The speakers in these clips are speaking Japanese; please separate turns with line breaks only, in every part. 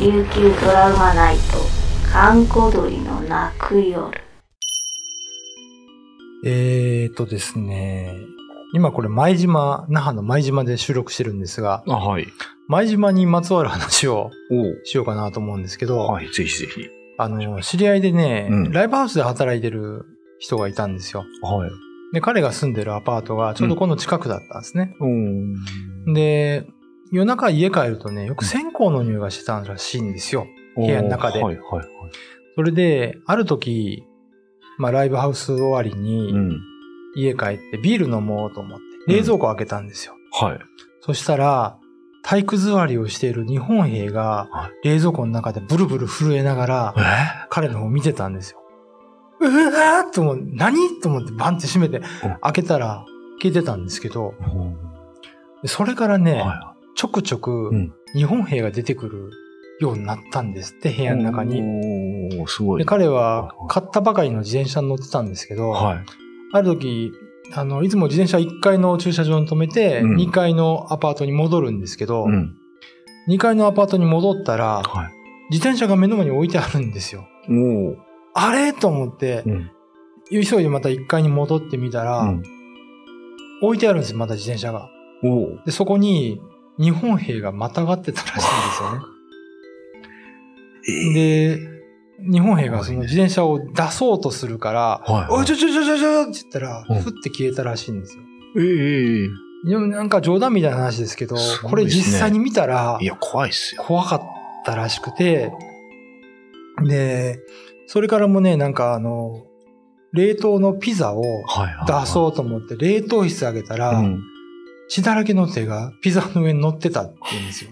琉球ドラマナイト閑古鳥の泣く夜
えーとですね、今これ前島、那覇の前島で収録してるんですが、
あ、はい。
前島にまつわる話を
お
しようかなと思うんですけど、
はい、ぜひぜひ。
あの、知り合いでね、
うん
ライブハウスで働いてる人がいたんですよ。
はい。
で、彼が住んでるアパートがちょうどこの近くだったんですね。
うん。
で、夜中家帰るとね、よく線香の匂いがしてたらしいんですよ。部屋の中で
はいはいはい。
それで、ある時、まあライブハウス終わり
う
に
ん。
家帰ってビール飲もうと思って、冷蔵庫開けたんですよ。
はい。
そしたら、体育座りをしている日本兵が
は、
冷蔵庫の中でブルブル震えながら、
え
彼の方を見てたんですよ。うわーっと思う、何と思ってバンって閉めて
ん、
開けたら消えてたんですけど、
は
でそれからね、
い。
ちょくちょく
うん
日本兵が出てくるようになったんですって、部屋の中に。
に。おーすごい。
で彼は
はい
買ったばかりの自転車に乗ってたんですけど、
はい。
ある時、あの、いつも自転車1階の駐車場に止めて、
うん
2階のアパートに戻るんですけど、
うん。
2階のアパートに戻ったら、
はい。
自転車が目の前に置いてあるんですよ。
おー
あれと思って、
うん。
急いでまた1階に戻ってみたら、
うん
置いてあるんですよ、また自転車が。
おー
で、そこに日本兵がまたがってたらしいんですよね。
えー
で、日本兵がその自転車を出そうとするから、
はい
おい、ちょちょちょちょちょって言ったら、
うん
ふって消えたらしいんですよ。
えええ
でもなんか冗談みたいな話ですけど、
そうですね
これ実際に見たら
えい、や、怖いっすよ。
怖かったらしくて、で、それからもね、なんかあの、冷凍のピザを
はいはいはい。
出そうと思って、冷凍室あげたら、
うん。
血だらけの手がピザの上に乗ってたって言うんですよ。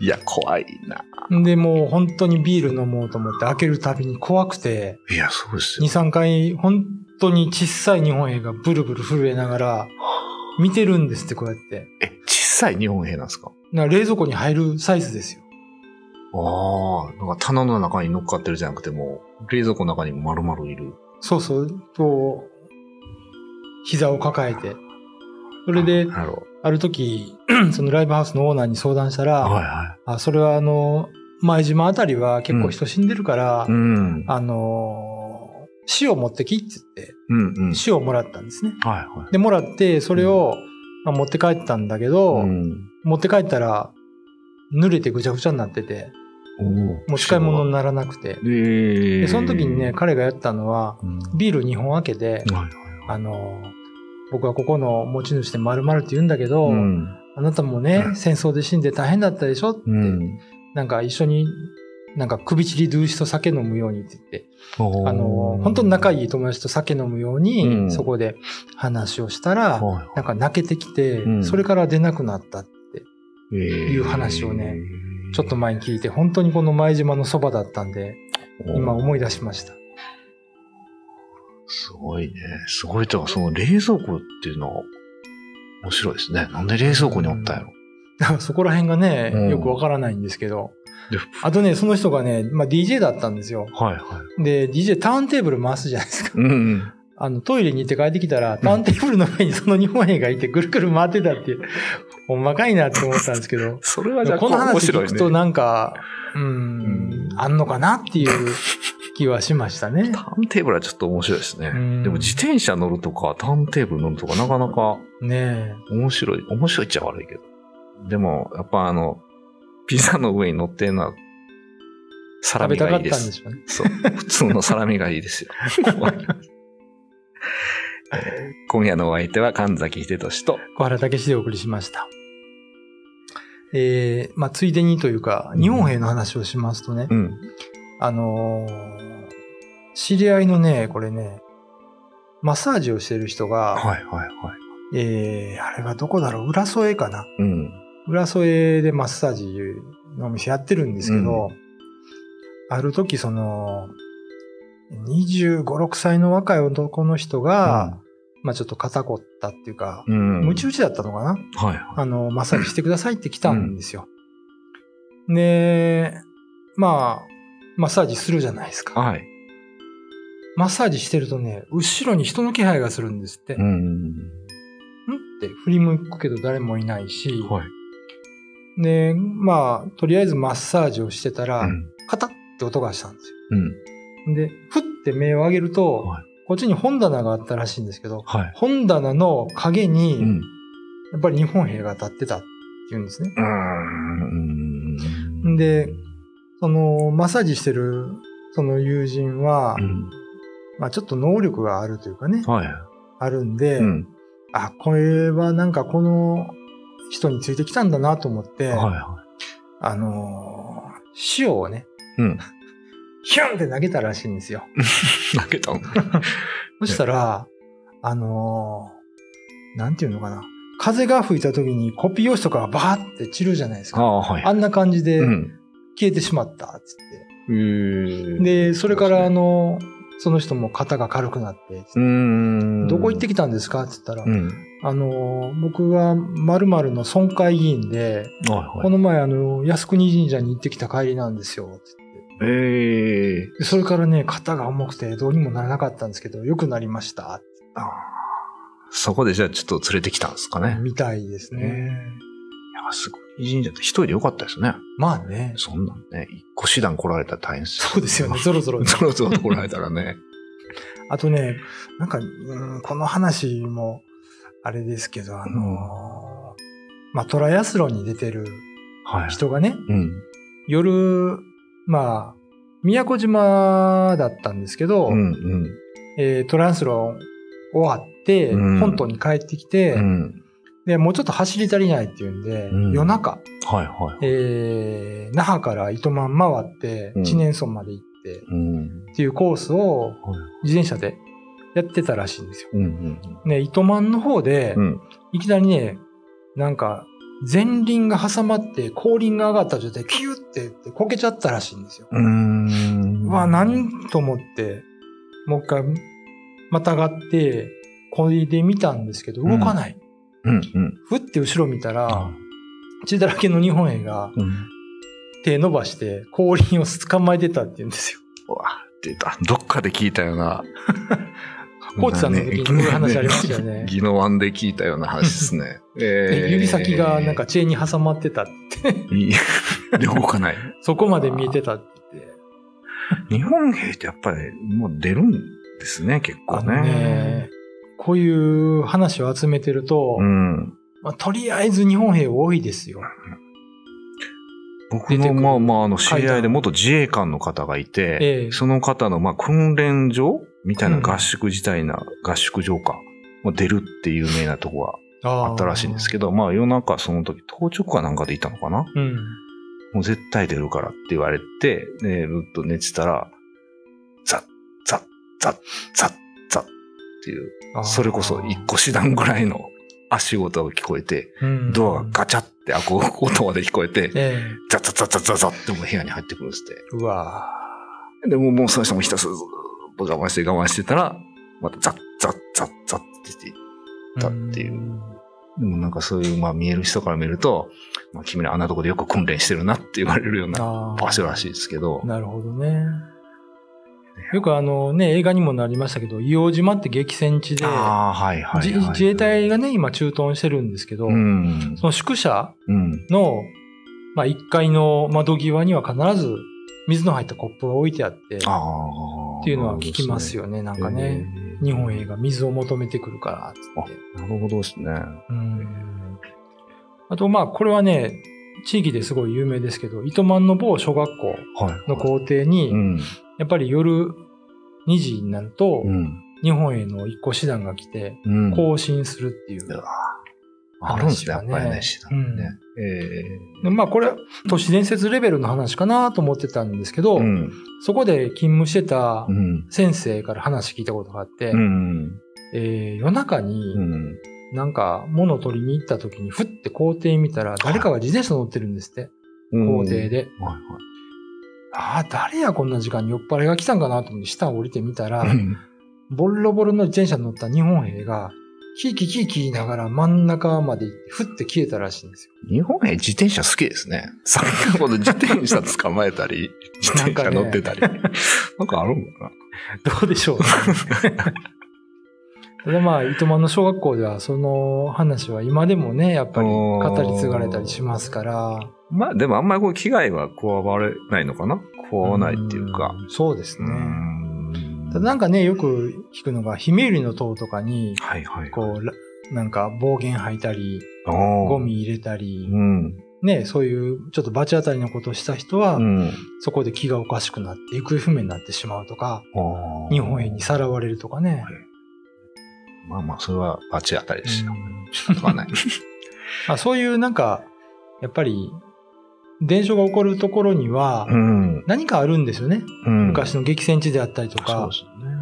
いや、怖いな。
で、もう本当にビール飲もうと思って開けるたびに怖くて、
いや、そうです
2、
よ。
3回本当に小さい日本兵がブルブル震えながら見てるんですってこうやって。
え、小さい日本兵なんですか
なんか冷蔵庫に入るサイズですよ。
ああ、なんか棚の中に乗っかってるじゃなくてもう、冷蔵庫の中にも丸々いる。
そうそう、こう、膝を抱えて。それで、
なるほ
ある時、 そのライブハウスのオーナーに相談したら、
ど。はいは
あそれはあの、前島あたりは結構人死んでるから、
い。うん。
あの、死を持ってきって言って、
うんうん。
死をもらったんですね。
はいは
で、もらって、それを、まあ持って帰ったんだけど、
い。ん。
持って帰ったら、濡れてぐちゃぐちゃになってて、もう使い物にならなくて。
で
で、その時にね、、彼がやったのは、
うん
ビール2本開けて、
はいはい
あの、僕はここの持ち主で〇〇って言うんだけど、
うん
あなたもね、戦争で死んで大変だったでしょって、
うん
なんか一緒に、なんか首ちりドゥーシと酒飲むようにって言って、あの、本当に仲
い
いい友達と酒飲むように、
うん
そこで話をしたら、なんか泣けてきて、
うん
それから出なくなった。
い
いう話をね、ちょっと前に聞いて、本当にこの前島のそばだったんで、今思い出しました。
すごいね。すごいというか、その冷蔵庫っていうのは面白いですね。なんで冷蔵庫におったんやろ。
だからそこら辺がね
うん、
よくわからないんですけど
で。
あとね、その人がね、まあ、DJ だったんですよ。
はいはい。
で、DJ ターンテーブル回すじゃないですか。
うん。。
あの、トイレに行って帰ってきたら、ターンテーブルの上にその日本兵がいてぐるぐる回ってたっていう、 ほんまかいなって思ったんですけど
それ はじゃあ、
この話聞くと
ね。
なんか、うーん、あんのかなっていう気はしました ね
タ。ーンテーブルはちょっと面白いですね
うん。
でも自転車乗るとか、ターンテーブル乗るとか、なかなか
ねえ。
面白い。面白いっちゃ悪いけど。でも、やっぱあの、ピザの上に乗ってるのは、サラ
食べ
ミ
た
が
か
い
っ
いで。
たんですしょうね。
そう。普通のサラミがい いですよ。今夜のお相手は神崎秀俊と。
小原武史でお送りしました。えー、まあ、ついでにというか、
うん
日本兵の話をしますとね、
うん。
あのー知り合いのね、これね、マッサージをしてる人が、
はいはいはい。
えー、あれがどこだろう浦添かな
うん。
浦添でマッサージのお店やってるんですけど、ある時その、25、6歳の若い男の人が、まあちょっと肩こったっていうか、
うん。
ムチ打ちだったのかな
はいは
あの、マッサージしてくださいって来たんですよ。で、まあ、マッサージするじゃないです
い。
か。
はい。
マッサージしてるとね、後ろに人の気配がするんですって。
うん
んって振り向くけど誰もいないし、
はい。
で、まあ、とりあえずマッサージをしてたら、
うん。
カタッって音がしたんです
うん。
よ。で、ふって目を上げると、
はい
こっちに本棚があったらしいんですけど、
はい。
本棚の影
う
に、
ん。
やっぱり日本兵が立ってたっていうんですね。
うん。
でその、マッサージしてる、その友人は、
うん。
まあちょっと能力があるというかね、
はい。
あるんで、
うん。
あ、これはなんかこの人についてきたんだなと思って、
はいは
あのー塩をね、
い。うん。
ヒュンって投げたらしいんですよ。
投げたの
そしたら、あのーなんていうのかな。風が吹いた時にコピー用紙とかがバーって散るじゃないです
あ
か。
あ、はい。
あんな感じで
うん。
消えてしまった、つっ
うー
て。
ん
で、それから、あ
う
のその人も肩が軽くなって、
ーん。
どこ行ってきたんですかって言ったら、
うん。
あのー僕は〇〇の村会議員で、
はい
こ
はい。
の前あの、靖国神社に行ってきた帰りなんですよ。つって
ええ。
でそれからね、肩が重くてどうにもならなかったんですけど、良くなりました。
そこでじゃあちょっと連れてきたんですかね。
みたいですね。
いや、すごい神社って一人でよかったですね。
まあね。
そんなんね、一個師団来られたら大変ですよ
そうです よね。ゾロゾロ。
ゾロゾロ来られた らね。
あとね、なんか、うんこの話も、あれですけど、あのーまあ、トライアスロンに出てる
はい。
人がね、
うん。
夜、まあ、宮古島だったんですけど、
うんうん。
えートライアスロン終わって、
うん
本島に帰ってきて、
うん。
で、もうちょっと走り足りないっていうんで、
うん
夜中、
はいはい。
えー那覇から糸満回って、
うん
知念村まで行って、
うん。
っていうコースを
はい
自転車でやってたらしいんですよ。
うんうん
ね、糸満の方で
う、ん。
いきなりね、なんか、前輪が挟まって後輪が上がった状態でキューってやってこけちゃったらしいんですよ。
うん。うーん。
うわ、何と思って、もう一回、またがって、こいで見たんですけど、動かない。
うんうん。
ふって後ろ見たら、血だらけの日本兵が
うん。
手伸ばして後輪を捕まえてたって言うんですよ。
うわ、出た。どっかで聞いたような。
コーチさんの時にこういう話ありましたよ ね
技能案で聞いたような話で すね。え
で
ー
指先がなんか、チェーンに挟まってたって。
いい で動かない。
そこまで見えてたって言って。
日本兵ってやっぱりもう出るんですね、結構
あのね
ね。、
こういう話を集めてると、
うん。
まあ、とりあえず日本兵多いですよ。
僕
出てく
の、
る
まあまあ、あの、知り合い
階
で
段
元自衛官の方がいて、
ええ
その方の、まあ、訓練場みたいな
うん
合宿自体な、合宿場か、まあ出るっていう有名なとこが
あ
あったらしいんです
け
けど、まあ、夜中その時、当直かなんかでいたのかな
ど。うん。
もう絶対出るからって言われて、ね、ずっと寝てたら、ザッ、ザッ、ザッ、ザッ、ザッっていう、
あー
それこそ一、個師団ぐらいの足音が聞こえて、
うん
ドアがガチャって開く音まで聞こえて、
ええ
ザッザッザッザッザッザッってもう部屋に入ってくるんですって。
うわ
でも、もうその人もひたすらずっと我慢して我慢してたら、またザッザッザッザッってして、
ー
だっていうんでもなんかそういう、まあ見える人から見ると、まあ君らあんなとこでよく訓練してるなって言われるような
あー
場所らしいですけど、
なるほどね。よくあのね、映画にもなりましたけど、硫黄島って激戦地で、
ああ、はいはい、
じ
はい。
自衛隊がね、今駐屯してるんですけど、
うん。
その宿舎
うん。
の、まあ、1階の窓際には必ず水の入ったコップが置いてあって、っ
ああ。
ていうのは聞きます
よ。
よね、なんかね。日本映画、水を求めてくるから、つって。
なるほどですね。
うんあと、まあ、これはね、地域ですごい有名ですけど、糸満の某小学校
はい。
の校庭に、
うん。
やっぱり夜2時になると、
うん。
日本への一個師団が来て、
うん。
更新するっていう。
うわあるんですね、やっぱ
話
り
がね
ね、師団ね。え
でまあ、これ、都市伝説レベルの話かなと思ってたんですけど、
えうん。
そこで勤務してた
うん。
先生から話聞いたことがあって、
うん。
えー夜中
う
に
ん。
なんか物を取りに行った時にふって校庭見たら誰かが自転車乗ってるんですって、校
うん
庭。で。
はい
ああ、誰やこんな時間に酔っ払いが来たんかなと思って下を降りてみたら
は、い。うん
ボロボロの自転車に乗った日本兵が、キーキーキーキー言いながら真ん中まで行って、ふって消えたらしいんですよ。
日本へ自転車好きですね。先ほど自転車捕まえたり、自転車 乗ってたり。なんかあるんかな。
どうでしょう、 ただまあ、糸満の小学校ではその話は今でもね、やっぱり語り継がれたりしますから。
まあでもあんまりこう危害は加われないのかな加わらないっていうか。
ん。そうですね。
うん
ただなんかね、よく聞くのが、ひめゆりの塔とかに、
はいはい。
こうら、なんか暴言吐いたり、ゴ
ゴ。
ミ入れたり
う、ん。
ね、そういうちょっと罰当たりのことをした人は
う、ん。
そこで気がおかしくなって行方不明になってしまうとか、
あー
日本兵にさらわれるとかね。
まあまあ、それは罰当たりですよ
う。ん
仕方 がない。
まあ、そういうなんか、やっぱり、伝承が起こるところには
う、ん。
何かあるんですよね。
うん
昔の激戦地であったりとか。
そうですよね。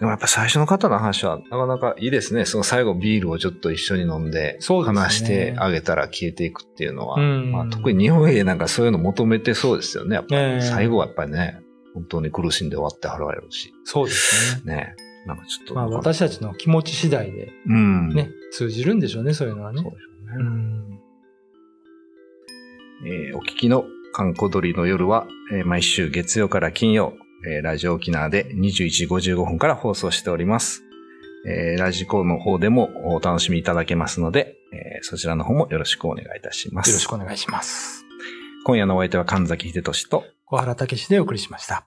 でもやっぱ最初の方の話はなかなかいいですね。その最後ビールをちょっと一緒に飲んで、
そうですね
話してあげたら消えていくっていうのは、
うん
まあ、特に日本兵なんかそういうの求めてそうですよね。やっぱ
ええ
最後はやっぱりね、本当に苦しんで終わって払われるし、
そうですね。
ね。なんかちょっと。
まあ私たちの気持ち次第で
うん。
ね、通じるんでしょうね、そういうのはね
そう。でしょう
う
ね。
ん
えーお聞きの観光鳥の夜は、えー毎週月曜から金曜、えーラジオ沖縄で21時55分から放送しております。えーラジコの方でもお楽しみいただけますので、えーそちらの方もよろしくお願いいたします。
よろしくお願いします。
今夜のお相手は神崎秀俊と、
小原武史でお送りしました。